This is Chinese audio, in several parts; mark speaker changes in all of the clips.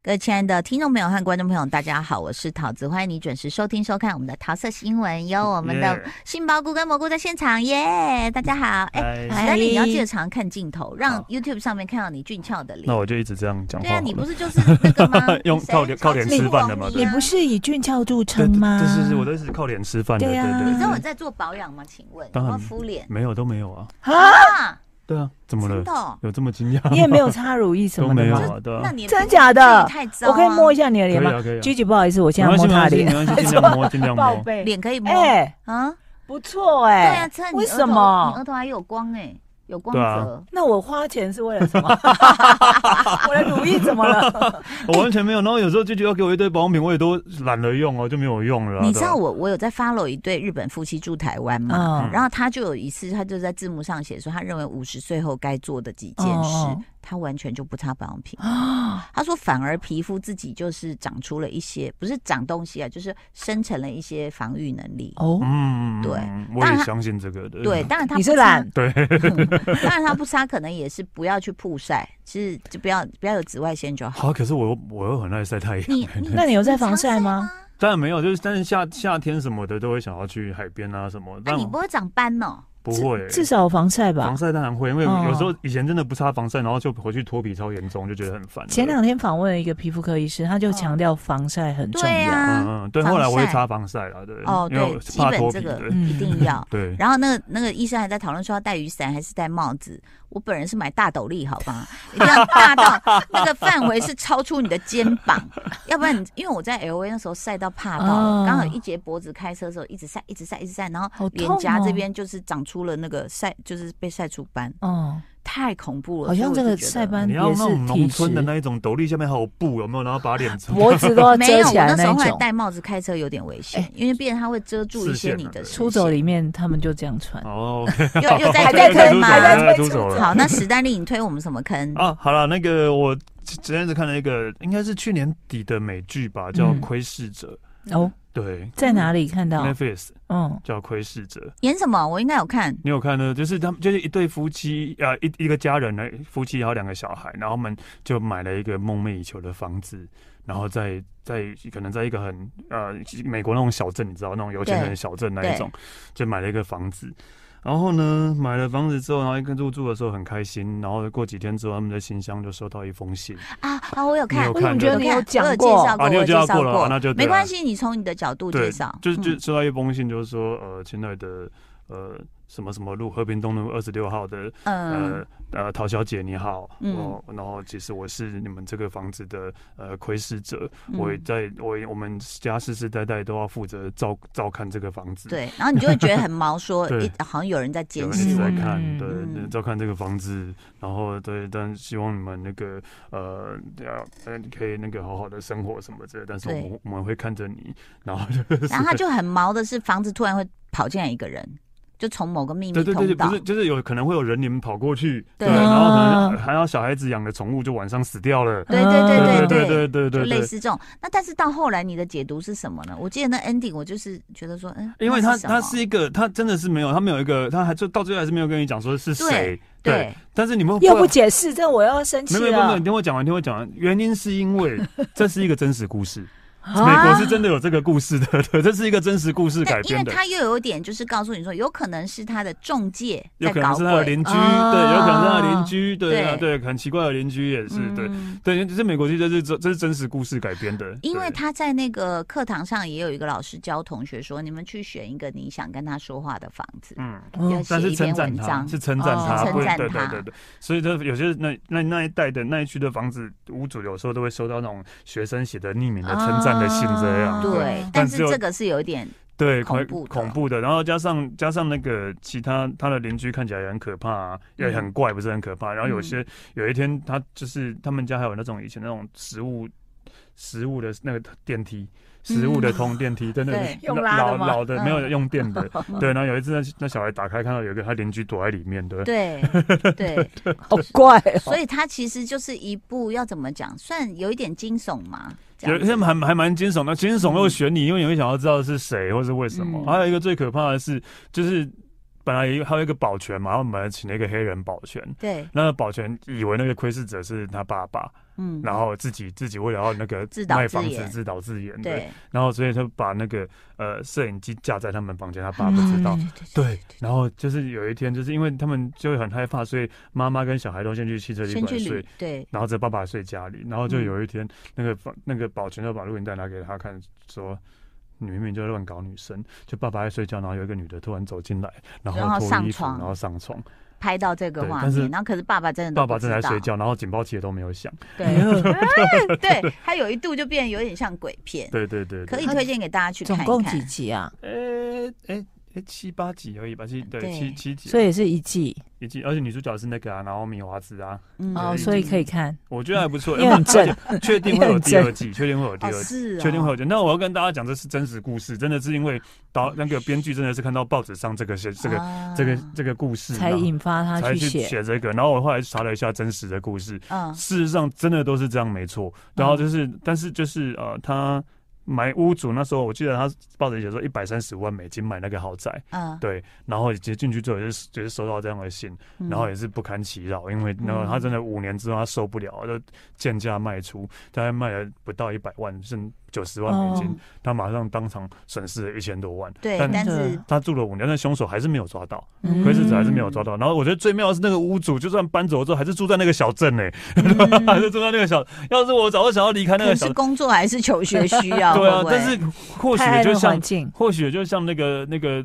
Speaker 1: 各位亲爱的听众朋友和观众朋友，大家好，我是桃子，欢迎你准时收听收看我们的桃色新闻，有我们的
Speaker 2: Yeah
Speaker 1: 杏鲍菇跟蘑菇在现场耶大家好，哎、
Speaker 2: 哎，
Speaker 1: 史丹利，
Speaker 3: 嗨
Speaker 1: 你要记得常常看镜头，让
Speaker 2: 好
Speaker 1: YouTube 上面看到你俊俏的
Speaker 2: 那
Speaker 1: 脸。
Speaker 2: 我就一直这样讲
Speaker 1: 对
Speaker 2: 话
Speaker 1: 啊，
Speaker 2: 好
Speaker 1: 你不
Speaker 2: 了。？
Speaker 1: 是就是那个吗
Speaker 2: 用
Speaker 1: 谁
Speaker 2: 靠脸靠脸
Speaker 1: 超级
Speaker 2: 吃饭的
Speaker 1: 网
Speaker 2: 吗
Speaker 1: 红
Speaker 2: 对
Speaker 3: 你
Speaker 1: 啊
Speaker 3: 不是以俊俏著
Speaker 2: 对，
Speaker 3: 称吗？
Speaker 2: 对是是，我都是靠脸吃饭的，
Speaker 3: 对
Speaker 2: 对
Speaker 3: 啊
Speaker 1: 你
Speaker 2: 对
Speaker 1: 知道我
Speaker 2: 对。
Speaker 1: 在做保养吗？请问有
Speaker 2: 嗯当
Speaker 1: 没
Speaker 2: 然
Speaker 1: 有敷脸
Speaker 2: 没有都没有啊，
Speaker 3: 啊，
Speaker 1: 啊？
Speaker 2: 对啊，怎么
Speaker 1: 真
Speaker 2: 了
Speaker 1: 的？哦？
Speaker 2: 有这么惊讶？
Speaker 3: 你也没有擦乳液什
Speaker 2: 都
Speaker 3: 么的
Speaker 2: 没有
Speaker 3: 吗？
Speaker 2: 啊，对
Speaker 1: 那
Speaker 2: 啊。
Speaker 1: 你
Speaker 3: 真假的
Speaker 1: 太糟啊，
Speaker 3: 我可以摸一下你的
Speaker 2: 可
Speaker 3: 脸
Speaker 2: 以
Speaker 3: 吗
Speaker 2: 啊，可以啊。
Speaker 3: ？Gigi，不好意思，我现
Speaker 2: 没
Speaker 3: 在
Speaker 2: 关
Speaker 3: 摸
Speaker 2: 系，没
Speaker 3: 他
Speaker 2: 关
Speaker 3: 的
Speaker 2: 系，没关系，
Speaker 3: 脸，
Speaker 2: 尽 量摸，尽量
Speaker 3: 宝
Speaker 2: 摸。
Speaker 3: 贝，
Speaker 1: 脸可以摸
Speaker 3: 哎，
Speaker 1: 啊？
Speaker 3: 不错
Speaker 1: 对啊，
Speaker 3: 哎，
Speaker 1: 趁你
Speaker 3: 为
Speaker 1: 额
Speaker 3: 什
Speaker 1: 头
Speaker 3: 么
Speaker 1: 你额头还有光哎，有光
Speaker 2: 对啊
Speaker 1: 泽。
Speaker 3: 那我花钱是为了 什么？我的乳液怎么了？
Speaker 2: 我完全没有，然后有时候就觉得给我一堆保养品，我也都懒得用哦，就没有用了啊。
Speaker 1: 你
Speaker 2: 对
Speaker 1: 知
Speaker 2: 啊
Speaker 1: 道我我有在 follow 一对日本夫妻住台湾吗？
Speaker 3: 嗯
Speaker 1: 然后他就有一次，他就在字幕上写说，他认为五十岁后该做的几件
Speaker 3: 哦
Speaker 1: 事
Speaker 3: 哦，
Speaker 1: 他完全就不擦保养品。
Speaker 3: 啊，
Speaker 1: 他说，反而皮肤自己就是长出了一些，不是长东西啊，就是生成了一些防御能力。
Speaker 3: 哦，
Speaker 2: 嗯，
Speaker 1: 对
Speaker 2: 我
Speaker 1: 当然
Speaker 2: 也
Speaker 1: 他
Speaker 2: 相信这个的。嗯
Speaker 1: 对，当然他
Speaker 3: 你
Speaker 1: 不
Speaker 3: 是
Speaker 1: 擦
Speaker 3: 懒，
Speaker 2: 对，
Speaker 1: 当然他不擦可能也是不要去曝晒，其实就不要不要有紫外线就好。
Speaker 2: 好，可是我又我又很爱晒太阳。
Speaker 1: 你你
Speaker 3: 那你有在防晒吗？
Speaker 2: 当然没有，就是但是夏夏天什么的都会想要去海边啊什么，
Speaker 1: 那、
Speaker 2: 但
Speaker 1: 你不会长斑哦？
Speaker 2: 不会
Speaker 3: 至少有防晒吧
Speaker 2: 防。晒当然会，因为
Speaker 1: 嗯
Speaker 3: 哦
Speaker 2: 有时候以前真的不擦防晒，然后就回去脱皮超严重，就觉得很烦。
Speaker 3: 前两天访问了一个皮肤科医师，他就强调防晒很重
Speaker 1: 对
Speaker 3: 要。
Speaker 1: 啊，
Speaker 2: 嗯嗯，对，
Speaker 1: 防晒
Speaker 2: 后来我会擦防晒了，对，
Speaker 1: 哦
Speaker 2: 因为
Speaker 1: 对
Speaker 2: 我，
Speaker 1: 基
Speaker 2: 怕
Speaker 1: 本
Speaker 2: 脱
Speaker 1: 这
Speaker 2: 皮，
Speaker 1: 个
Speaker 2: 对
Speaker 3: 嗯
Speaker 1: 一定要。
Speaker 2: 对，
Speaker 1: 然后那个那个医生还在讨论说要戴雨伞还是戴帽子。我本人是买大斗笠，好吧， 一定要大到 那个范围是超出你的肩膀，要不然你因为我在 L A 那时候晒到怕到了，
Speaker 3: 哦
Speaker 1: 刚、好一截脖子开车的时候一直晒，一直晒，一直晒，然后
Speaker 3: 好痛
Speaker 1: 脸颊
Speaker 3: 哦
Speaker 1: 这边就是长出了那个晒，就是被晒出斑，
Speaker 3: 哦，
Speaker 1: 太恐怖了。
Speaker 3: 好像
Speaker 1: 所
Speaker 3: 这
Speaker 1: 以我就
Speaker 3: 个
Speaker 1: 觉得
Speaker 3: 晒斑
Speaker 2: 你要
Speaker 3: 也
Speaker 2: 那
Speaker 3: 是
Speaker 2: 种
Speaker 3: 体
Speaker 2: 农
Speaker 3: 质
Speaker 2: 村，的那一种斗笠下面还有布，有没有？然后把脸遮
Speaker 3: 脖子都要
Speaker 1: 没
Speaker 3: 遮
Speaker 1: 有，我
Speaker 3: 起来
Speaker 1: 那时候后来
Speaker 3: 种。
Speaker 1: 戴帽子开车有点危险，
Speaker 3: 哎
Speaker 1: 因为毕竟它会遮住一些你的视线
Speaker 3: 出走里面他们就这样 穿。
Speaker 2: 哦，
Speaker 1: 又 又在
Speaker 3: 还在
Speaker 1: 推
Speaker 3: 推
Speaker 1: 坑吗？
Speaker 3: 还在推
Speaker 2: 出手
Speaker 3: 出手
Speaker 2: 了
Speaker 1: 好，那史丹利，你推我们什么坑？
Speaker 2: 啊！好了，那个我前阵子看了一个，应该是去年底的美剧吧，叫《
Speaker 3: 嗯
Speaker 2: 窥视者》，
Speaker 3: 哦，
Speaker 2: 对
Speaker 3: 在哪里看
Speaker 1: 哦
Speaker 3: 到？
Speaker 2: ，Netflix
Speaker 3: 嗯，
Speaker 2: 叫《窥视者》。
Speaker 1: 演什么？我应该有看。
Speaker 2: 你有看呢？就是他们就是一对夫妻，呃，一一个家人呢，夫妻还有两个小孩，然后他们就买了一个梦寐以求的房子，然后在在可能在一个很呃美国那种小镇，你知道那种有钱人的小镇那一种，就买了一个房子。然后呢，买了房子之后，然后一个入住的时候很开心，然后过几天之后，他们的信箱就收到一封信，
Speaker 1: 啊啊！我有
Speaker 2: 你
Speaker 1: 看，
Speaker 2: 有
Speaker 1: 我
Speaker 2: 看
Speaker 3: 我怎么觉得你
Speaker 1: 看
Speaker 3: 有讲
Speaker 1: 我有
Speaker 3: 过
Speaker 1: 介绍？过，
Speaker 2: 啊你有
Speaker 1: 我有介
Speaker 2: 介
Speaker 1: 绍
Speaker 2: 绍过了啊那就
Speaker 1: 没
Speaker 2: 对了
Speaker 1: 关系。你从你的角度介
Speaker 2: 对
Speaker 1: 绍，，
Speaker 2: 就是
Speaker 1: 嗯
Speaker 2: 就收到一封信，就是说呃，亲爱的呃什么什么路和平东路二十六号的
Speaker 1: 嗯
Speaker 2: 呃呃，陶小姐你好，
Speaker 1: 嗯
Speaker 2: 我然后其实我是你们这个房子的呃窥视者，
Speaker 1: 嗯
Speaker 2: 我也在我也我们家世世代代都要负责照照看这个房子，，
Speaker 1: 对，然后你就会觉得很毛，说
Speaker 2: 对
Speaker 1: 一好像有人在
Speaker 2: 有
Speaker 1: 监
Speaker 2: 人
Speaker 1: 视
Speaker 2: 一直
Speaker 1: 我
Speaker 2: 在
Speaker 1: 们。
Speaker 2: 看，
Speaker 3: 嗯
Speaker 2: 对、
Speaker 1: 嗯
Speaker 2: 对照看这个房子，然后对，但希望你们那个呃呃呃可以那个好好的生活什么之类，但是我
Speaker 1: 对
Speaker 2: 们我们会看着你，然后就是
Speaker 1: 然后他就很毛的是，房子突然会跑进来一个人，就从某个秘密
Speaker 2: 对对对，
Speaker 1: 通
Speaker 2: 对
Speaker 1: 道
Speaker 2: 不是，就是有可能会有人脸跑过去，
Speaker 1: 对
Speaker 2: 然后可能
Speaker 3: 啊
Speaker 2: 还有小孩子养的宠物就晚上死掉了。
Speaker 1: 对对对
Speaker 3: 啊
Speaker 1: 对
Speaker 2: 对对对对
Speaker 1: 就
Speaker 2: 对
Speaker 1: 类
Speaker 2: 对，
Speaker 1: 似这种。那但是到后来你的解读是什么呢？我记得那 ending，我就是觉得说，嗯，
Speaker 2: 因为
Speaker 1: 那
Speaker 2: 他
Speaker 1: 是什么
Speaker 2: 他是一个，他真的是没有，他没有一个，他还就到最后还是没有跟你讲说是谁。
Speaker 1: 对，
Speaker 2: 但是你们
Speaker 3: 又不解释，这我要生气
Speaker 2: 没有没有没有，
Speaker 3: 了
Speaker 2: 你。听我讲完，听我讲完。原因是因 为这是一个真实故事，美国
Speaker 3: 啊
Speaker 2: 是真的有这个故事的，对，这是一个真实故事改
Speaker 1: 但因为
Speaker 2: 编的。
Speaker 1: 他又有点就是告诉你说，有可能是他的中介
Speaker 2: 有
Speaker 1: 在
Speaker 2: 可能
Speaker 1: 搞
Speaker 2: 是他的
Speaker 1: 鬼，
Speaker 2: 邻居，
Speaker 3: 啊
Speaker 2: 对，有可能是他的邻居，对啊，
Speaker 1: 对
Speaker 2: 对，很奇怪的邻居也是，对，
Speaker 1: 嗯
Speaker 2: 对，这是美国剧，这是这这是真实故事改编的，
Speaker 1: 因为
Speaker 2: 对
Speaker 1: 他在那个课堂上也有一个老师教同学说，你们去选一个你想跟他说话的房子，
Speaker 2: 嗯，
Speaker 1: 要
Speaker 3: 嗯
Speaker 1: 写
Speaker 2: 但是
Speaker 1: 一
Speaker 2: 称
Speaker 1: 篇
Speaker 2: 赞
Speaker 1: 文
Speaker 2: 他，
Speaker 1: 章。
Speaker 2: 是称赞
Speaker 3: 哦
Speaker 2: 他，
Speaker 3: 称
Speaker 2: 不是
Speaker 1: 赞
Speaker 2: 对对
Speaker 1: 他
Speaker 2: 对对。所以就有些那那那一带的那一区的房子屋主，有时候都会收到那种学生写的匿名的称赞的信这样。
Speaker 3: 啊
Speaker 1: 对，但
Speaker 2: 但
Speaker 1: 是
Speaker 2: 只有
Speaker 1: 这个是有一点
Speaker 2: 对，
Speaker 1: 哦恐
Speaker 2: 恐
Speaker 1: 怖的
Speaker 2: 恐怖的，然后加上加上那个其他他的邻居看起来也很可怕、啊，也
Speaker 1: 嗯
Speaker 2: 很怪，不是很可怕。然后有些、有一天他就是他们家还有那种以前那种食物食物的那个电梯。食物的通电 梯，真
Speaker 1: 嗯
Speaker 2: 的
Speaker 1: 对
Speaker 3: 用拉的
Speaker 2: 老
Speaker 3: 吗
Speaker 2: 老的
Speaker 1: 嗯
Speaker 2: 没有用电 的，对。然后有一次那那小孩打开看到有一个他邻居躲在里面的，
Speaker 1: 对 对，
Speaker 3: 好怪哦。
Speaker 1: 所以他其实就是一部要怎么讲，算有一点惊悚嘛。这
Speaker 2: 有
Speaker 1: 样
Speaker 2: 一些
Speaker 1: 子
Speaker 2: 还还蛮惊悚的，惊悚又悬疑，因为你会想要知道是谁或是为什么。
Speaker 1: 嗯
Speaker 2: 还有一个最可怕的是，就是本来有还有一个保全嘛，然后我们请了一个黑人保全，
Speaker 1: 对，
Speaker 2: 那个保全以为那个窥视者是他爸爸，
Speaker 3: 嗯，
Speaker 2: 然后自己自己为了要那个
Speaker 1: 自导
Speaker 2: 卖
Speaker 1: 自
Speaker 2: 房
Speaker 1: 演
Speaker 2: 子自导自演，对，
Speaker 1: 对，
Speaker 2: 然后所以他把那个呃摄影机架在他们房间，他爸不知道。
Speaker 1: 嗯
Speaker 2: 对，然后就是有一天，就是因为他们就会很害怕，所以妈妈跟小孩都先去汽车旅
Speaker 1: 先去
Speaker 2: 馆睡
Speaker 1: 旅，对，
Speaker 2: 然后这爸爸睡家里，然后就
Speaker 3: 嗯
Speaker 2: 有一天，那个保那个保全就把录影带拿给他看，说。你明明就乱搞女生，就爸爸在睡觉，然后有一个女的突然走进来，然
Speaker 1: 然后
Speaker 2: 后脱
Speaker 1: 上
Speaker 2: 衣服，
Speaker 1: 床
Speaker 2: 然后上床，
Speaker 1: 拍到这个
Speaker 2: 对
Speaker 1: 画
Speaker 2: 但是
Speaker 1: 面，然后可是爸爸真的都
Speaker 2: 爸
Speaker 1: 不
Speaker 2: 爸正在
Speaker 1: 知道
Speaker 2: 睡，觉，然后警报器也都没有响。
Speaker 1: 对， 对，他有一度就变得有点像鬼片，
Speaker 2: 对对对，对
Speaker 1: 可以推荐给大家去
Speaker 3: 总
Speaker 1: 看一
Speaker 3: 共几
Speaker 1: 看。
Speaker 3: 集啊？
Speaker 2: 诶诶诶，哎七八集而已吧，七对
Speaker 1: 对
Speaker 2: 七七集，
Speaker 3: 所以也是一季
Speaker 2: 以及而且女主角是那个啊，然后米华子啊，
Speaker 1: 嗯
Speaker 3: 哦，
Speaker 2: 对
Speaker 3: 所以可以看。
Speaker 2: 我觉得还不错，
Speaker 3: 你很正
Speaker 2: 而且确定会有第二季，确定会有第
Speaker 1: 哦
Speaker 2: 二季。
Speaker 1: 是哦，
Speaker 2: 确定会有第二季。那我要跟大家讲，这是真实故事，真的是因为导那个编剧真的是看到报纸上这个写这个
Speaker 1: 啊
Speaker 2: 这个这个故事，
Speaker 3: 嗯才
Speaker 2: 然后
Speaker 3: 引发他
Speaker 2: 嗯才
Speaker 3: 去
Speaker 2: 去
Speaker 3: 写。
Speaker 2: 写这个。然后我后来查了一下真实的故事，
Speaker 1: 嗯
Speaker 2: 事实上真的都是这样，没错。然
Speaker 3: 嗯
Speaker 2: 后就是，但是就是呃，他买屋主那时候，我记得他报纸写说一百三十万美金买那个豪宅，
Speaker 1: 嗯，
Speaker 2: 对。然后其实进去之后也是就是收到这样的信，
Speaker 3: 嗯
Speaker 2: 然后也是不堪其扰，因为然后他真的五年之后他受不了，就贱价卖出，大概卖了不到一百万，剩九十万美金，
Speaker 3: 哦
Speaker 2: 他马上当场损失了一千多万。
Speaker 1: 对，
Speaker 2: 但
Speaker 1: 但
Speaker 3: 真的
Speaker 1: 是
Speaker 2: 他住了五年，但凶手还是没有抓到，
Speaker 3: 嗯
Speaker 2: 窥视者还是没有抓到。然后我觉得最妙的是那个屋主，就算搬走之后，还是住在那个小镇呢、欸
Speaker 3: 嗯
Speaker 2: 还是住 在那个小。要是我早就想要离开
Speaker 1: 可
Speaker 2: 那个
Speaker 1: 能
Speaker 2: 小
Speaker 1: 是，工作还是求学需要，
Speaker 2: 对啊
Speaker 1: 会。不会
Speaker 2: 但是或许
Speaker 3: 太爱
Speaker 2: 就
Speaker 3: 那环
Speaker 2: 像，
Speaker 3: 境，
Speaker 2: 或许就像那个那个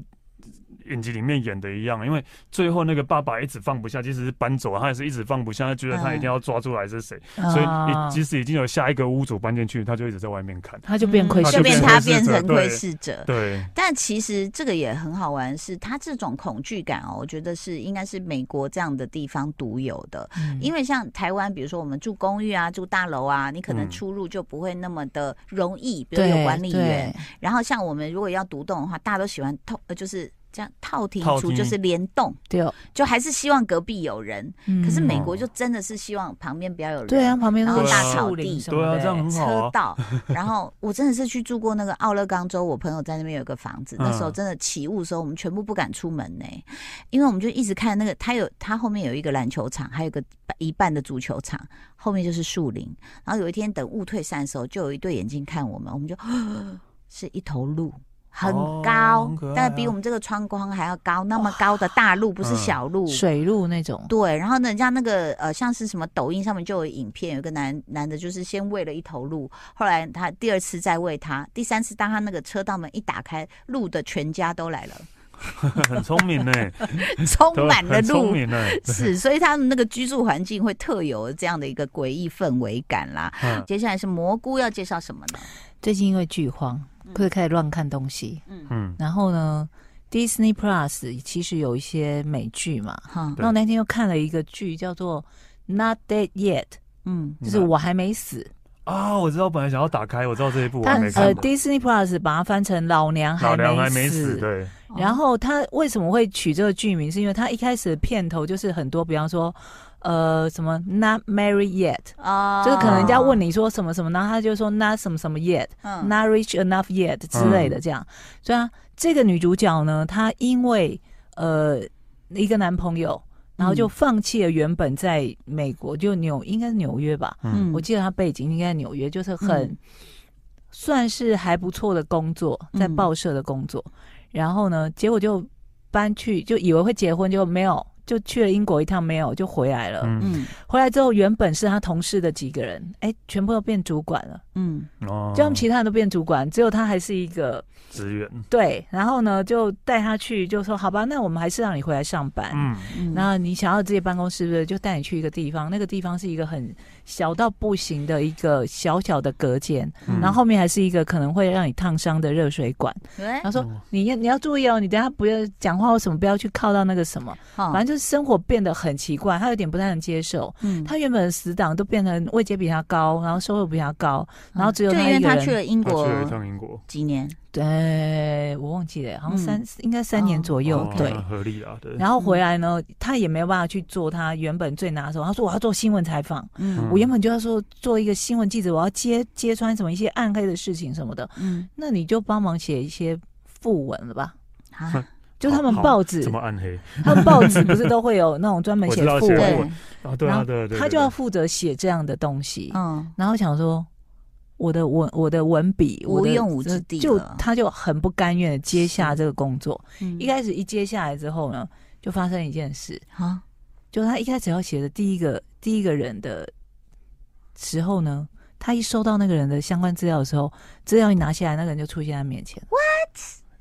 Speaker 2: 影集里面演的一样，因为最后那个爸爸一直放不下，即使是搬走，他也是一直放不下，他觉得
Speaker 3: 嗯
Speaker 2: 他一定要抓住来是谁，所以
Speaker 3: 啊
Speaker 2: 你即使已经有下一个屋主搬进去，他就一直在外面看。
Speaker 3: 他就变
Speaker 1: 嗯
Speaker 3: 亏
Speaker 1: 就
Speaker 3: 心，
Speaker 1: 变
Speaker 2: 变
Speaker 1: 他
Speaker 2: 窥视
Speaker 1: 变
Speaker 2: 者
Speaker 1: 成
Speaker 2: 对
Speaker 1: 窥视者。
Speaker 2: 对，
Speaker 1: 但其实这个也很好玩，是他这种恐惧感哦，我觉得是应该是美国这样的地方独有的。
Speaker 3: 嗯
Speaker 1: 因为像台湾，比如说我们住公寓啊、住大楼啊，你可能
Speaker 2: 嗯
Speaker 1: 出入就不会那么的容易，比如
Speaker 3: 对
Speaker 1: 有管理员
Speaker 3: 对。
Speaker 1: 然后像我们如果要独栋的话，大家都喜欢套，呃，就是这样套厅
Speaker 2: 套
Speaker 1: 出，就
Speaker 2: 厅
Speaker 1: 是联动，
Speaker 3: 对哦，
Speaker 1: 就还是希望隔壁有人。
Speaker 3: 嗯
Speaker 1: 可是美国就真的是希望旁边不要有人。
Speaker 3: 对啊，，旁边都
Speaker 1: 然
Speaker 2: 后
Speaker 3: 是
Speaker 2: 大
Speaker 1: 草
Speaker 3: 树林
Speaker 1: 地
Speaker 3: 什么
Speaker 2: 对啊
Speaker 3: 的
Speaker 2: 这样很好
Speaker 1: 车
Speaker 2: 啊
Speaker 1: 道，然后我真的是去住过那个奥勒冈州，我朋友在那边有一个房子，那时候
Speaker 2: 嗯
Speaker 1: 真的起雾的时候，我们全部不敢出门呢、因为我们就一直看那个，它有它后面有一个篮球场，还有一个一半的足球场，后面就是树林。然后有一天等雾退散的时候，就有一对眼睛看我们，我们就是一头鹿。很
Speaker 2: 哦
Speaker 1: 高，
Speaker 2: 很可爱
Speaker 1: 但
Speaker 2: 啊
Speaker 1: 比我们这个窗框还要高，那么高的大路不是
Speaker 2: 嗯
Speaker 1: 小路，
Speaker 3: 水路那种，
Speaker 1: 对，然后呢，人家那个呃，像是什么抖音上面就有影片，有一个男男的，就是先喂了一头鹿，后来他第二次再喂他，第三次当他那个车道门一打开，鹿的全家都来了，
Speaker 2: 很聪明呢、
Speaker 1: 充
Speaker 2: 对
Speaker 1: 满了
Speaker 2: 很聪
Speaker 1: 鹿。
Speaker 2: 明欸呢、
Speaker 1: 是，所以他们那个居住环境会特有这样的一个诡异氛围感啦。
Speaker 2: 嗯
Speaker 1: 接下来是蘑菇要介绍什么呢？
Speaker 3: 最近因为剧荒，会开始乱看东西。
Speaker 2: 嗯，
Speaker 3: 然后呢，Disney Plus 其实有一些美剧嘛，
Speaker 1: 哈，
Speaker 2: 对
Speaker 3: 然后那天又看了一个剧叫做《Not Dead Yet》，
Speaker 1: 嗯，
Speaker 3: 就是我还没死。
Speaker 2: 啊，我知道，本来想要打开，我知道这一部我还
Speaker 3: 它
Speaker 2: 没看
Speaker 3: 呃
Speaker 2: 过。
Speaker 3: ，Disney Plus 把它翻成《老娘
Speaker 2: 老
Speaker 3: 还
Speaker 2: 梁还
Speaker 3: 没
Speaker 2: 没
Speaker 3: 死
Speaker 2: 死，》。对，
Speaker 1: 哦
Speaker 3: 然后它为什么会取这个剧名？是因为它一开始的片头就是很多，比方说，呃，什么 Not Married Yet，
Speaker 1: 啊
Speaker 3: 就是可能人家问
Speaker 1: 你，
Speaker 3: 你说什么什么，然后他就说 Not 什么什么 Yet。
Speaker 1: 嗯
Speaker 3: not rich enough yet 之类的这样。所以啊，这个女主角呢，她因为呃一个男朋友，然后就放弃了原本在美国就纽应该是纽约吧，
Speaker 2: 嗯
Speaker 3: 我记得她背景应该在纽约，就是很、
Speaker 1: 嗯
Speaker 3: 算是还不错的工作，在
Speaker 1: 嗯
Speaker 3: 报社的工作。然后呢，结果就搬去，就以为会结婚，就没有。就去了英国一趟，没有就回来了。
Speaker 2: 嗯
Speaker 1: 嗯
Speaker 3: 回来之后，原本是她同事的几个人，哎、全部都变主管了。
Speaker 1: 嗯，
Speaker 2: 哦嗯
Speaker 3: 就他们其他嗯人都变主管，只有他还是一个
Speaker 2: 职员，
Speaker 3: 对。然后呢，就带他去，就说好吧，那我们还是让你回来上班。
Speaker 2: 嗯，
Speaker 1: 嗯
Speaker 3: 那你想要自己办公室，是不是就带你去一个地方？那个地方是一个很小到不行的一个小小的隔间，
Speaker 2: 嗯
Speaker 3: 然后后面还是一个可能会让你烫伤的热水管。
Speaker 1: 喂
Speaker 3: 他说
Speaker 2: 哦
Speaker 3: 你要你要注意哦，你等下不要讲话或什么，不要去靠到那个什么。
Speaker 2: 哦
Speaker 1: 好
Speaker 3: 反正就是生活变得很奇怪，他有点不太能接受。
Speaker 1: 嗯
Speaker 3: 他原本的死党都变成位阶比他高，然后收入比他高，然后只有
Speaker 1: 就
Speaker 3: 他
Speaker 1: 因为
Speaker 3: 一个
Speaker 1: 他
Speaker 3: 人
Speaker 1: 去了英
Speaker 2: 他去
Speaker 1: 国
Speaker 2: 了一趟英国，
Speaker 1: 几年，
Speaker 3: 对，我忘记了，好像三、
Speaker 1: 嗯
Speaker 3: 应该三年左右，
Speaker 2: 哦
Speaker 3: 对。
Speaker 2: 那合理啊，对。
Speaker 3: 然后回来呢，他也没有办法去做他原本最拿手。他说我要做新闻采访，
Speaker 1: 嗯
Speaker 3: 我原本就要说做一个新闻记者，我要揭揭穿什么一些暗黑的事情什么的。
Speaker 1: 嗯，
Speaker 3: 那你就帮忙写一些副文了吧？
Speaker 1: 好，
Speaker 3: 就他们
Speaker 2: 嗯好好
Speaker 3: 报纸
Speaker 2: 怎，么暗黑
Speaker 3: 他们报纸不是都会有那种专门
Speaker 2: 我
Speaker 3: 写
Speaker 2: 知道
Speaker 3: 副
Speaker 2: 写
Speaker 1: 对
Speaker 3: 文，
Speaker 2: 文啊？对
Speaker 3: 然
Speaker 2: 啊，
Speaker 3: 后
Speaker 2: 对对对，
Speaker 3: 他就要负责写这样的东西。
Speaker 1: 嗯，
Speaker 3: 然后想说，我的文我的文笔我
Speaker 1: 无
Speaker 3: 的
Speaker 1: 用武之地
Speaker 3: 就
Speaker 1: 了
Speaker 3: 他就很不甘愿的接下这个工作。一
Speaker 1: 应
Speaker 3: 开始一接下来之后呢，就发生一件事，
Speaker 1: 好，
Speaker 3: 就他一开始要写的第一个第一个人的时候呢，他一收到那个人的相关资料的时候，资料一拿下来，那个人就出现在面前。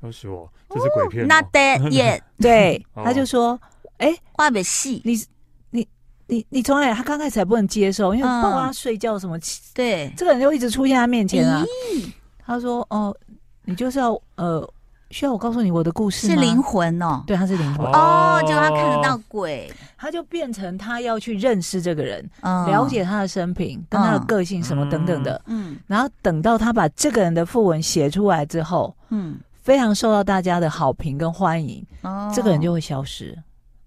Speaker 2: 要是我，这是鬼片哦。
Speaker 1: Not that yet，
Speaker 3: 对，
Speaker 2: 哦
Speaker 3: 他就说
Speaker 1: 画北戏，
Speaker 3: 你你你你从来他刚开始还不能接受，因为
Speaker 1: 嗯
Speaker 3: 包括他睡觉什么，
Speaker 1: 对，
Speaker 3: 这个人就一直出现在他面前啊。
Speaker 1: 咦
Speaker 3: 他说哦，你就是要呃，需要我告诉你我的故事
Speaker 1: 是
Speaker 3: 吗？
Speaker 1: 灵魂哦，
Speaker 3: 对，他是灵魂，
Speaker 1: 哦，就他看得到鬼，
Speaker 3: 他就变成他要去认识这个人，
Speaker 1: 嗯，
Speaker 3: 了，解他的生平、跟他的个性什么等等的。
Speaker 1: 嗯
Speaker 3: 然后等到他把这个人的讣文写出来之后，
Speaker 1: 嗯，
Speaker 3: 非常受到大家的好评跟欢迎，
Speaker 1: 哦
Speaker 3: 嗯这个人就会消失。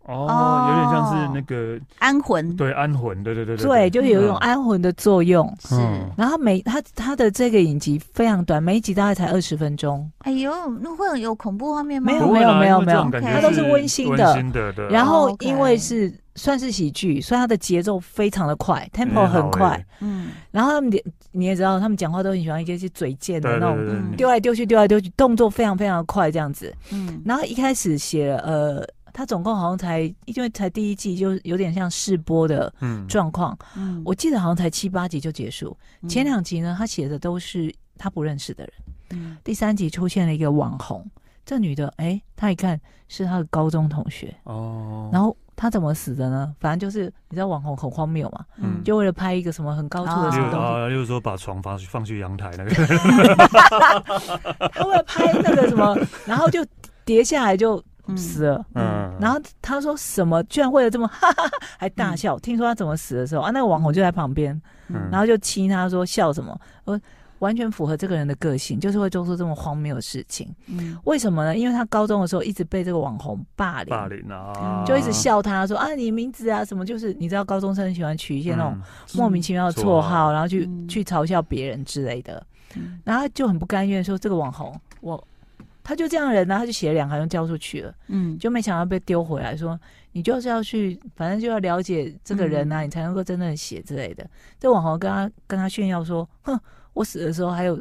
Speaker 2: 哦，有点像是那个
Speaker 1: 安魂，
Speaker 2: 对安魂，对对对
Speaker 3: 哦对，就有一种
Speaker 2: 嗯
Speaker 3: 安魂的作用。
Speaker 1: 是，
Speaker 2: 嗯
Speaker 3: 然后每他他的这个影集非常短，每一集大概才二十分钟。
Speaker 1: 哎呦，那会有恐怖画面吗？
Speaker 3: 没有
Speaker 2: 不会啦
Speaker 3: 没有
Speaker 2: 因为
Speaker 3: 没有
Speaker 2: 这种感觉
Speaker 1: 它都
Speaker 3: 是温馨的
Speaker 2: 温馨的，对啊
Speaker 3: 然后
Speaker 1: 哦 OK
Speaker 3: 因为是算是喜剧，所以它的节奏非常的快，tempo
Speaker 2: 哎哦欸
Speaker 3: 很快。，
Speaker 1: 嗯，
Speaker 3: 然后他们你也知道，他们讲话都很喜欢一些些嘴
Speaker 2: 对
Speaker 3: 贱
Speaker 2: 对
Speaker 3: 的那
Speaker 2: 对
Speaker 3: 种，
Speaker 2: 对对，
Speaker 3: 丢来丢去，丢来丢去，动作非常非常的快这样子。
Speaker 1: 嗯，
Speaker 3: 然后一开始写了呃，他总共好像才因为才第一季，就有点像试播的
Speaker 2: 嗯
Speaker 3: 状况。
Speaker 1: 嗯
Speaker 3: 我记得好像才七八集就结束。前两集呢，他写的都是他不认识的人。
Speaker 1: 嗯
Speaker 3: 第三集出现了一个网红，这女的，哎，她一看是她的高中同学，
Speaker 2: 哦，
Speaker 3: 然后她怎么死的呢？反正就是你知道网红很荒谬嘛，
Speaker 1: 嗯，
Speaker 3: 就为了拍一个什么很高处的
Speaker 1: 哦
Speaker 3: 什
Speaker 2: 例
Speaker 3: 么
Speaker 2: 如
Speaker 3: 东
Speaker 2: 啊，例如说把床放去放去阳台那 个，
Speaker 3: 西，她为了拍那个什么，然后就跌下来就
Speaker 1: 嗯
Speaker 3: 死了。
Speaker 2: 嗯，
Speaker 3: 然后她说什么，居然为了这么 哈哈哈，还大
Speaker 1: 嗯
Speaker 3: 笑。听说她怎么死的时候啊，那个网红就在旁边，
Speaker 2: 嗯
Speaker 3: 然后就亲她说笑什么，呃，完全符合这个人的个性，就是会做出这么荒谬的事情。
Speaker 1: 嗯
Speaker 3: 为什么呢？因为她高中的时候一直被这个网红霸凌，嗯
Speaker 2: 霸凌啊，
Speaker 3: 就一直笑他说啊，你名字啊什么，就是你知道高中生很喜欢取一哦
Speaker 2: 一
Speaker 3: 些那种莫名其妙的绰
Speaker 2: 绰
Speaker 3: 号，
Speaker 2: 号
Speaker 3: 然后去
Speaker 1: 嗯
Speaker 3: 去嘲笑别人之类的，
Speaker 1: 嗯
Speaker 3: 然后他就很不甘愿说这个网红我。他就这样人呢、他就写了两行就交出去了，
Speaker 1: 嗯，
Speaker 3: 就没想到被丢回来说，你就是要去，反正就要了解这个人啊，你才能够真正的写之类的。这网红跟他跟他炫耀说，哼，我死的时候还有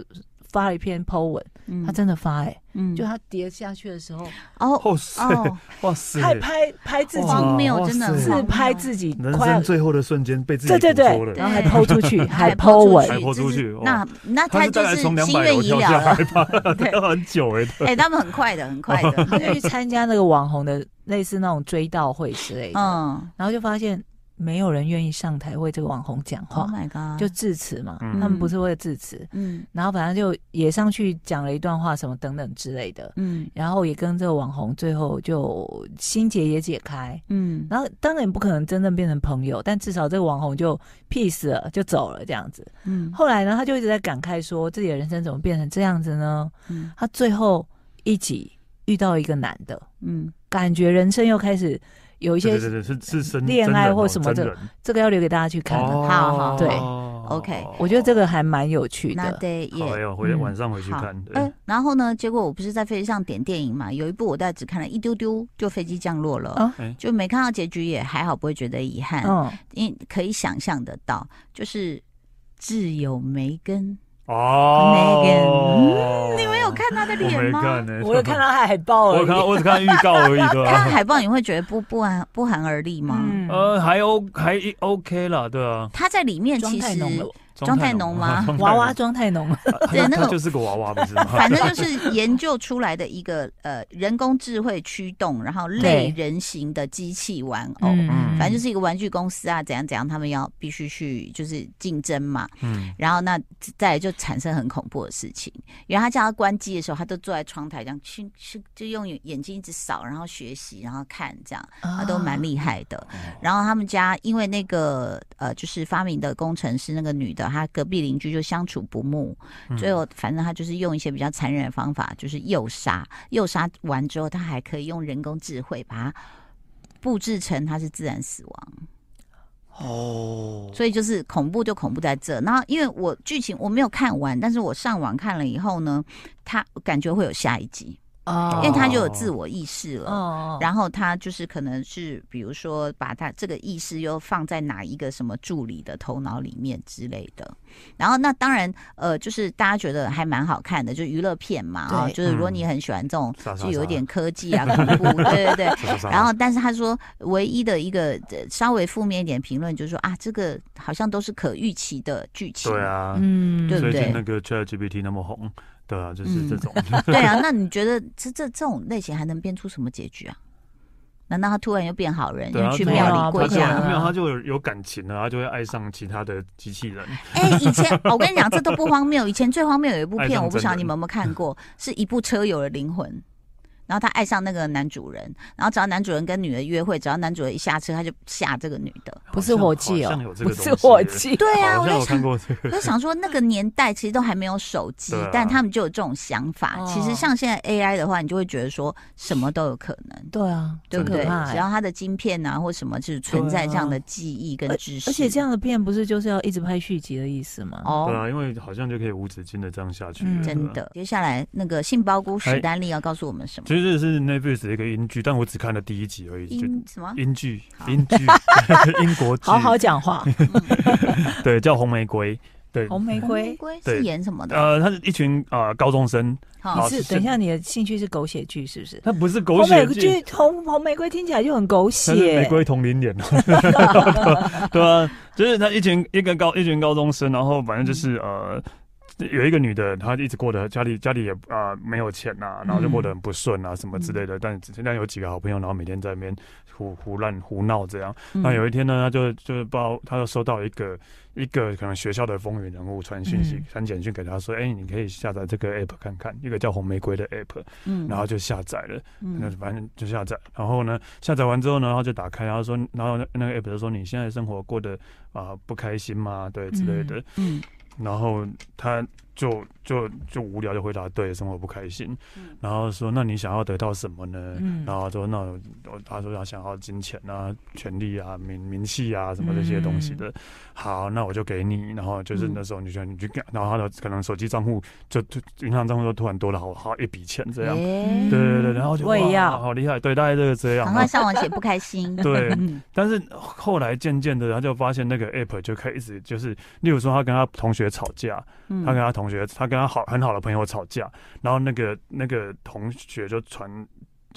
Speaker 3: 发了一篇 po 文，
Speaker 1: 嗯
Speaker 3: 他真的发哎、
Speaker 1: 嗯
Speaker 3: 就他跌下去的时候，
Speaker 1: 哦
Speaker 2: 哇塞
Speaker 1: 哦，
Speaker 2: 哇塞，
Speaker 3: 还拍拍自己
Speaker 2: 哇
Speaker 1: 荒谬，
Speaker 2: 哇
Speaker 1: 真的很
Speaker 2: 塞
Speaker 3: 哦自
Speaker 1: 荒
Speaker 3: 拍
Speaker 1: 谬啊
Speaker 3: 自己
Speaker 2: 人
Speaker 3: 快要
Speaker 2: 生最后的瞬间被自己
Speaker 3: 对对
Speaker 2: 捕捉了
Speaker 3: 对，然后还
Speaker 1: 对
Speaker 3: 抛出 去，还
Speaker 1: 还
Speaker 3: 抛
Speaker 1: 抛
Speaker 3: 文，
Speaker 2: 还抛出去哦
Speaker 1: 那那
Speaker 2: 他
Speaker 1: 他
Speaker 2: 是大
Speaker 1: 就
Speaker 2: 概
Speaker 1: 是
Speaker 2: 从两
Speaker 1: 心
Speaker 2: 百
Speaker 1: 愿
Speaker 2: 楼
Speaker 1: 已
Speaker 2: 跳下
Speaker 1: 了
Speaker 2: 来
Speaker 1: 了。
Speaker 2: 吧，
Speaker 1: 对
Speaker 2: 要 很久哎，
Speaker 1: 哎、他们很快的，很快的，
Speaker 3: 他就去参加那个网红的类似那种追悼会之类的，
Speaker 1: 嗯
Speaker 3: 然后就发现没有人愿意上台为这个网红讲
Speaker 1: ，Oh
Speaker 3: 话，
Speaker 1: my god，
Speaker 3: 就致辞嘛，
Speaker 2: 嗯
Speaker 3: 他们不是为了致辞，
Speaker 1: 嗯
Speaker 3: 然后反正就也上去讲了一段话什么等等之类的，
Speaker 1: 嗯
Speaker 3: 然后也跟这个网红最后就心结也解开。
Speaker 1: 嗯
Speaker 3: 然后当然也不可能真正变成朋友，但至少这个网红就 peace 了，就走了这样子。
Speaker 1: 嗯
Speaker 3: 后来呢，他就一直在感慨说自己的人生怎么变成这样子呢？
Speaker 1: 嗯
Speaker 3: 他最后一集遇到一个男的，
Speaker 1: 嗯
Speaker 3: 感觉人生又开始有一些
Speaker 2: 对对对，是是生
Speaker 3: 恋爱或什么的
Speaker 2: 真人
Speaker 3: 这个要留给大家去看的。
Speaker 2: 哦
Speaker 1: 好好
Speaker 3: 对
Speaker 1: ，OK
Speaker 3: 我觉得这个还蛮有趣
Speaker 1: 那
Speaker 3: 的。
Speaker 1: 得
Speaker 2: 好哎
Speaker 1: 也。
Speaker 2: 呦，回
Speaker 3: 嗯哎
Speaker 2: 晚上回去
Speaker 1: 好
Speaker 2: 看，
Speaker 1: 呃
Speaker 2: 对，
Speaker 1: 然后呢？结果我不是在飞机上点电影嘛，有一部我大概只看了一丢丢，就飞机降落了，
Speaker 3: 哦
Speaker 2: 哎
Speaker 1: 就没看到结局，也还好，不会觉得遗憾，
Speaker 3: 嗯，
Speaker 1: 因为可以想象得到，就是挚友梅根，
Speaker 2: 哦，
Speaker 3: 嗯
Speaker 1: 你们有看他的
Speaker 2: 我
Speaker 1: 脸
Speaker 2: 没
Speaker 1: 吗？
Speaker 2: 看呢，
Speaker 3: 我有看到他海报
Speaker 2: 我
Speaker 3: 而
Speaker 2: 有看，
Speaker 3: 已。嗯
Speaker 2: 我只看预告而已，对
Speaker 1: 看
Speaker 2: 吧？
Speaker 1: 海报你会觉得不不寒不寒而栗吗？
Speaker 3: 嗯，
Speaker 2: 呃，还 O 还 OK 啦，对啊，
Speaker 1: 他在里面
Speaker 3: 妆
Speaker 1: 其
Speaker 3: 太
Speaker 1: 实
Speaker 3: 浓了，
Speaker 1: 妆太浓吗
Speaker 2: 妆太
Speaker 3: 娃娃妆太浓了。
Speaker 2: 他
Speaker 1: 对那
Speaker 2: 他
Speaker 1: 个
Speaker 2: 就是个娃娃，不是 吗？
Speaker 1: 反正就是研究出来的一个呃人工智慧驱动，然后类人形的机器玩偶。
Speaker 2: 嗯
Speaker 1: 反正就是一个玩具公司啊，怎样怎样，他们要必须去就是竞争嘛，
Speaker 2: 嗯，
Speaker 1: 然后那再来就产生很恐怖的事情。因为他叫他关机的时候，他都坐在窗台这样，去去就用眼睛一直扫，然后学习，然后看这样，他
Speaker 3: 啊
Speaker 1: 都
Speaker 2: 哦
Speaker 1: 蛮厉害的。然后他们家因为那个呃，就是发明的工程师那个女的，她隔壁邻居就相处不睦，
Speaker 2: 嗯
Speaker 1: 最后反正她就是用一些比较残忍的方法，就是诱杀。诱杀完之后，她还可以用人工智慧把它布置成她是自然死亡。
Speaker 2: 哦，
Speaker 1: 所以就是恐怖就恐怖在这。然后因为我剧情我没有看完，但是我上网看了以后呢，它感觉会有下一集。
Speaker 3: 哦
Speaker 1: 因为他就有自我意识了。
Speaker 3: 哦，
Speaker 1: 然后他就是可能是，比如说把他这个意识又放在哪一个什么助理的头脑里面之类的。然后那当然，呃，就是大家觉得还蛮好看的，就娱乐片嘛啊、
Speaker 3: 对
Speaker 1: 就是如果
Speaker 2: 嗯
Speaker 1: 你很喜欢这种，
Speaker 2: 杀杀
Speaker 1: 就有一
Speaker 2: 杀
Speaker 1: 点科技啊、恐怖，对 对对。
Speaker 2: 杀杀
Speaker 1: 然后，但是他说唯一的一个呃稍微负面一点评论就是说啊，这个好像都是可预期的剧情。
Speaker 2: 对啊，
Speaker 3: 嗯，
Speaker 1: 对不
Speaker 2: 最
Speaker 1: 对
Speaker 2: 近那个 ChatGPT 那么红，对啊，就是
Speaker 3: 嗯
Speaker 2: 这种。
Speaker 1: 对啊，那你觉得这这这种类型还能编出什么结局啊？难道他突然又变好人，
Speaker 2: 对啊
Speaker 1: 又去
Speaker 2: 对啊
Speaker 1: 庙里
Speaker 2: 他
Speaker 1: 跪
Speaker 2: 可
Speaker 1: 下
Speaker 3: 对啊
Speaker 2: 能没有，他就有有感情了，他就会爱上其他的机器人。
Speaker 1: 哎、以前我跟你讲，这都不荒谬。以前最荒谬有一部
Speaker 2: 爱
Speaker 1: 片，
Speaker 2: 上
Speaker 1: 我不
Speaker 2: 真
Speaker 1: 晓得
Speaker 2: 人
Speaker 1: 你们有没有看 过，是一部车友的灵魂。然后他爱上那个男主人，然后只要男主人跟女的约会，只要男主人一下车，他就吓这个女的。
Speaker 3: 不是火
Speaker 2: 好
Speaker 3: 计
Speaker 2: 像
Speaker 3: 哦
Speaker 2: 好像有，这
Speaker 3: 不
Speaker 2: 个东西
Speaker 3: 是火计，
Speaker 1: 对啊，
Speaker 2: 好
Speaker 1: 我
Speaker 2: 像
Speaker 1: 在
Speaker 2: 有
Speaker 1: 想
Speaker 2: 看，过这个
Speaker 1: 我。就想说，那个年代其实都还没有手机
Speaker 2: 对啊，
Speaker 1: 但他们就有这种想法。
Speaker 3: 哦
Speaker 1: 其实像现在 AI 的话，你就会觉得说什么都有可能，
Speaker 3: 对啊，
Speaker 1: 对不
Speaker 3: 很可
Speaker 1: 对？
Speaker 3: 怕
Speaker 1: 只
Speaker 3: 欸。
Speaker 1: 要它的晶片啊或什么，就是存在这样的记忆跟知识。
Speaker 3: 而且这样的片不是就是要一直拍续集的意思吗？
Speaker 1: 哦
Speaker 2: 对，啊，因为好像就可以无止境的这样下去
Speaker 3: 嗯
Speaker 2: 了。
Speaker 1: 真
Speaker 2: 对啊。
Speaker 1: 的。接下来那个杏鲍菇史
Speaker 2: 哎
Speaker 1: 丹利要告诉我们什么？
Speaker 2: 其实这是 Netflix 的一个英剧，但我只看了第一集而已。就
Speaker 1: 英什么？
Speaker 2: 英剧，
Speaker 1: 好
Speaker 2: 英剧，英国剧，
Speaker 3: 好好讲话，
Speaker 2: 对，叫《红玫瑰》。对，
Speaker 3: 红玫瑰。
Speaker 1: 瑰是
Speaker 2: 对
Speaker 1: 演什么的？
Speaker 2: 呃，他是一群呃高中生，
Speaker 1: 好
Speaker 3: 你
Speaker 2: 好
Speaker 3: 是
Speaker 2: 是
Speaker 3: 等一下，你的兴趣是狗血剧是不是？
Speaker 2: 他不是狗
Speaker 3: 红
Speaker 2: 血
Speaker 3: 玫
Speaker 2: 剧，
Speaker 3: 瑰红红玫瑰听起来就很狗
Speaker 2: 但是玫
Speaker 3: 血，
Speaker 2: 瑰同龄脸哦， 对啊，就是他一群一个高一群高中生，然后反正就是呃。有一个女的，她一直过得家里家里也啊、呃没有钱呐、然后就过得很不顺啊什么之类的。但但有几个好朋友，然后每天在那边胡胡乱胡闹这样。那有一天呢，他就就是不知道，他就收到一个一个可能学校的风云人物传讯息
Speaker 3: 嗯、
Speaker 2: 传简讯给他说，哎、你可以下载这个 app 看看，一个叫红玫瑰的 app，
Speaker 1: 嗯
Speaker 2: 然后就下载了。那
Speaker 3: 嗯
Speaker 2: 反正就下载，然后呢，下载完之后呢，然后就打开，然后说，然后那那个 app 就说你现在生活过得啊、不开心吗？对之类的，
Speaker 1: 嗯
Speaker 2: 然后他就就就无聊就回答对，生活不开心，然后说那你想要得到什么呢？
Speaker 3: 嗯
Speaker 2: 然后说那我他说他想要金钱啊、权力啊、名名气啊什么这些东西的。好，那我就给你。然后就是
Speaker 3: 嗯
Speaker 2: 那时候你就你去干，然后他的可能手机账户就就银行账户就突然多了好好一笔钱这样。
Speaker 3: 嗯
Speaker 1: 哎
Speaker 2: 对对对，然后就
Speaker 3: 胃
Speaker 2: 哇
Speaker 3: 药
Speaker 2: 好厉害，对，大概就是这样。
Speaker 1: 赶
Speaker 2: 然
Speaker 1: 快
Speaker 2: 后
Speaker 1: 上网写不开心。
Speaker 2: 对，
Speaker 1: 嗯
Speaker 2: 但是后来渐渐的，他就发现那个 app 就开始就是，例如说他跟他同学吵架，他
Speaker 1: 嗯，
Speaker 2: 跟他同学，他跟他好很好的朋友吵架，然后那个那个同学就传。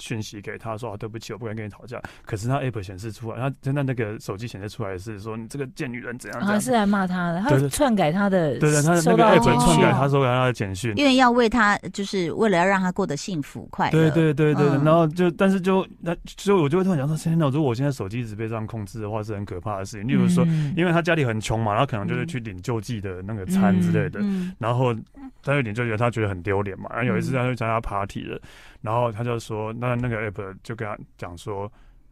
Speaker 2: 讯息给他说、啊：“对不起，我不敢跟你吵架。”可是他 app 显示出来，他真的那个手机显示出来是说：“你这个贱女人怎样怎
Speaker 3: 啊
Speaker 2: 样。
Speaker 3: 是来骂他的，他
Speaker 2: 对对
Speaker 3: 篡改他的，
Speaker 2: 对对，他的那
Speaker 3: 收
Speaker 2: 个
Speaker 3: 到的
Speaker 2: app
Speaker 3: 简
Speaker 2: 篡
Speaker 3: 讯
Speaker 2: 改他收到他的简讯，
Speaker 1: 因为要为他，就是为了要让他过得幸福快乐。
Speaker 2: 对对对对，
Speaker 1: 嗯
Speaker 2: 然后就但是就那所以我就会突然想到，天哪！如果我现在手机一直被这样控制的话，是很可怕的事情。例如说，
Speaker 3: 嗯
Speaker 2: 因为他家里很穷嘛，他可能就是去领救济的那个餐之类的，
Speaker 1: 嗯，
Speaker 2: 然后他有点就觉得他觉得很丢脸嘛。然后有一次他就参加 party 了，然后他就说，那那个 app 就跟他讲说，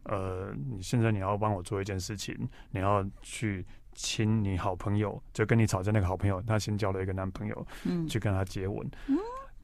Speaker 2: 呃，你现在你要帮我做一件事情，你要去。亲你好朋友，就跟你吵架那个好朋友，他新交了一个男朋友，
Speaker 1: 嗯，
Speaker 2: 去跟他接吻，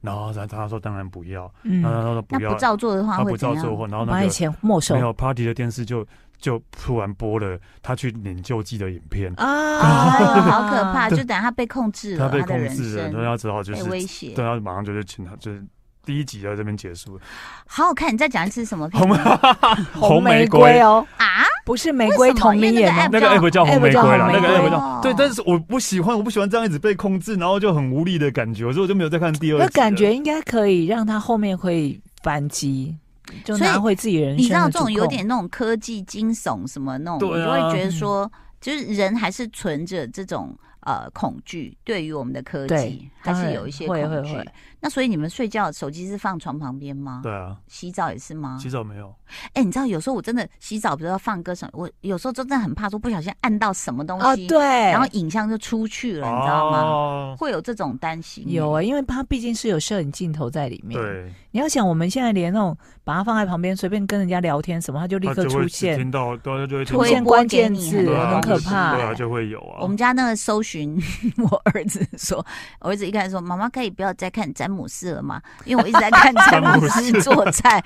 Speaker 2: 然后他他说当然不要，
Speaker 3: 嗯
Speaker 2: 然后他说
Speaker 1: 那
Speaker 2: 不要，
Speaker 1: 不照做的话
Speaker 2: 他
Speaker 1: 会
Speaker 2: 不
Speaker 1: 怎
Speaker 2: 照做
Speaker 1: 样？
Speaker 2: 货，然后
Speaker 3: 把
Speaker 2: 那
Speaker 3: 以
Speaker 2: 个
Speaker 3: 前没收
Speaker 2: 没有 party 的电视就就突然播了他去领救济的影片，
Speaker 3: 啊
Speaker 1: 啊，好 可怕！就等他被控制
Speaker 2: 他
Speaker 1: 了，
Speaker 2: 被
Speaker 1: 哦他的
Speaker 2: 控
Speaker 1: 人
Speaker 2: 制了，
Speaker 1: 生
Speaker 2: 然后他只好就
Speaker 1: 被
Speaker 2: 是
Speaker 1: 威胁
Speaker 2: 对，，他马上就是请他就是。第一集在这边结束，
Speaker 1: 好好看。你再讲一次什么片
Speaker 2: 红
Speaker 3: 红玫瑰哦，
Speaker 1: 啊？
Speaker 3: 不是玫瑰同龄
Speaker 1: 为什
Speaker 3: 眼
Speaker 1: 么因为那
Speaker 3: 哦
Speaker 2: 那个 app 叫红玫瑰啦，那
Speaker 3: app 叫红玫瑰
Speaker 2: 个 app
Speaker 1: 哦
Speaker 2: 叫对，但是我不喜欢，我不喜欢这样一直被控制，然后就很无力的感觉，所以我就没有再看第二集了。
Speaker 3: 那感觉应该可以让他后面可以反击，就拿回自己人生。
Speaker 1: 你知道这种有点，那种科技惊悚什么那种，
Speaker 2: 对
Speaker 1: 你就
Speaker 2: 啊
Speaker 1: 会
Speaker 3: 嗯
Speaker 1: 觉得说，就是人还是存着这种呃恐惧，对于我们的科技
Speaker 3: 对
Speaker 1: 还
Speaker 3: 当
Speaker 1: 是
Speaker 3: 然
Speaker 1: 有一些
Speaker 3: 会
Speaker 1: 恐
Speaker 3: 会
Speaker 1: 惧
Speaker 3: 会。
Speaker 1: 那所以你们睡觉手机是放床旁边吗？
Speaker 2: 对啊，
Speaker 1: 洗澡也是吗
Speaker 2: 其？实我没有，
Speaker 1: 哎、你知道有时候我真的洗澡，比如要放歌什么，我有时候真的很怕说不小心按到什么东
Speaker 3: 啊，
Speaker 1: 西，
Speaker 3: 对，
Speaker 1: 然后影像就出去啊了，你知道吗？
Speaker 2: 哦
Speaker 1: 会有这种担心。
Speaker 3: 有啊、因为它毕竟是有摄影镜头在里面。，
Speaker 2: 对，
Speaker 3: 你要想，我们现在连那种把它放在旁边，随便跟人家聊天什么，它就立
Speaker 2: 他
Speaker 3: 刻
Speaker 2: 就
Speaker 3: 出
Speaker 2: 会只
Speaker 3: 现
Speaker 2: 听到，对，他就会听
Speaker 3: 出
Speaker 2: 到
Speaker 1: 推
Speaker 3: 现
Speaker 1: 播
Speaker 3: 关
Speaker 1: 给
Speaker 3: 键
Speaker 1: 你
Speaker 3: 字
Speaker 1: 很，
Speaker 2: 对啊
Speaker 3: 很可
Speaker 2: 就是
Speaker 3: 怕
Speaker 2: 对。啊，就会有啊。
Speaker 1: 我们家那个搜寻， 我儿子说，我儿子一开始说：“妈妈可以不要再看詹姆斯了嘛，因为我一直在看詹姆斯做菜。”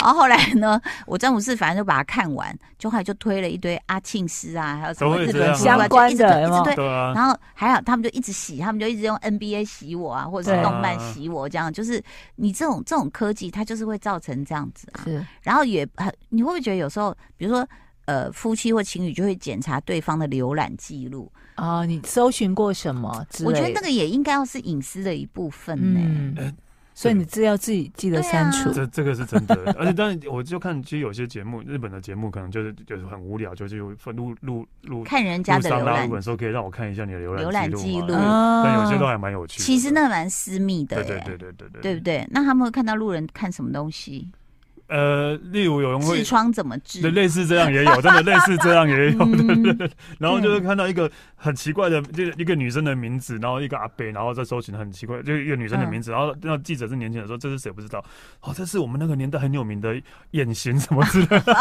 Speaker 1: 然后后来呢，我詹姆斯反正就把它看完，就后来就推了一堆阿庆斯啊，还有什么
Speaker 2: 都会
Speaker 1: 日
Speaker 2: 这
Speaker 1: 本
Speaker 2: 样
Speaker 1: 书啊
Speaker 3: 相关
Speaker 1: 就
Speaker 3: 的
Speaker 1: 一直推
Speaker 3: 有没有
Speaker 1: 一直推。
Speaker 2: 对啊，
Speaker 1: 然后还好，他们就一直洗，他们就都一直用 NBA 洗我啊，或者是
Speaker 3: 对
Speaker 1: 动漫洗我，这样就是你这种这种科技，它就是会造成这样子啊。
Speaker 3: 是
Speaker 1: 然后也很，你会不会觉得有时候，比如说呃，夫妻或情侣就会检查对方的浏览记录，
Speaker 3: 啊、你搜寻过什么之类
Speaker 1: 我
Speaker 3: 的？
Speaker 1: 觉得那个也应该要是隐私的一部分呢、
Speaker 2: 哎
Speaker 3: 嗯，所以你资料自己记得删除。
Speaker 1: 啊
Speaker 2: 这这个是真的，而且当然我就看，其实有些节目，日本的节目可能就是就是很无聊，就是有录录录啊
Speaker 1: 看人家
Speaker 2: 路
Speaker 1: 的
Speaker 2: 上
Speaker 1: 浏
Speaker 2: 拉
Speaker 1: 览
Speaker 2: 日，本说可以让我看一下你的浏
Speaker 1: 浏
Speaker 2: 览
Speaker 1: 览
Speaker 2: 记
Speaker 1: 记
Speaker 2: 录
Speaker 1: 录哦
Speaker 2: 嘛，
Speaker 3: 啊
Speaker 2: 对但有些都还蛮有趣的。
Speaker 1: 其实那蛮私密的、
Speaker 2: 对
Speaker 1: 耶，
Speaker 2: 对对对对对，
Speaker 1: 对不对？那他们会看到路人看什么东西，
Speaker 2: 呃，例如有人会
Speaker 1: 痔疮怎么治
Speaker 2: 对，？类似这样也有，真的类似这样也 有。
Speaker 1: 嗯
Speaker 2: 然后就是看到一个很奇怪的，就是一个女生的名字，然后一个阿伯，然后再搜寻很奇怪，就是一个女生的名字。然后那记者是年轻人说这是谁不知道，哦，这是我们那个年代很有名的艳星什么之 类的。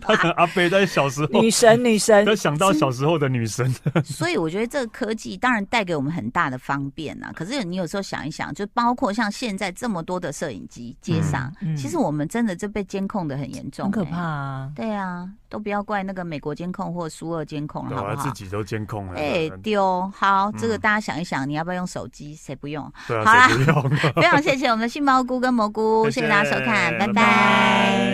Speaker 2: 他可能阿伯在小时候
Speaker 3: 女，神，女神
Speaker 2: 他，想到小时候的女生，
Speaker 1: 所以我觉得这个科技当然带给我们很大的方便啊。可是你有时候想一想，就包括像现在这么多的摄影机街上，
Speaker 3: 嗯嗯
Speaker 1: 其实我们真的就被监控的很严重、
Speaker 3: 很可
Speaker 1: 欸
Speaker 3: 怕啊！
Speaker 1: 对啊，都不要怪那个美国监控或苏俄监控了，
Speaker 2: 对
Speaker 1: 好
Speaker 2: 啊
Speaker 1: 不
Speaker 2: 自
Speaker 1: 好？
Speaker 2: 己都监控了。
Speaker 1: 哎
Speaker 2: 对，
Speaker 1: 丢好，这个
Speaker 2: 嗯
Speaker 1: 大家想一想，你要不要用手机？谁不用？
Speaker 2: 对
Speaker 1: 好啦
Speaker 2: 啊，谁不用？
Speaker 1: 非常谢谢我们的杏鲍菇跟蘑菇，谢谢大家收看，拜
Speaker 2: 拜
Speaker 1: 拜。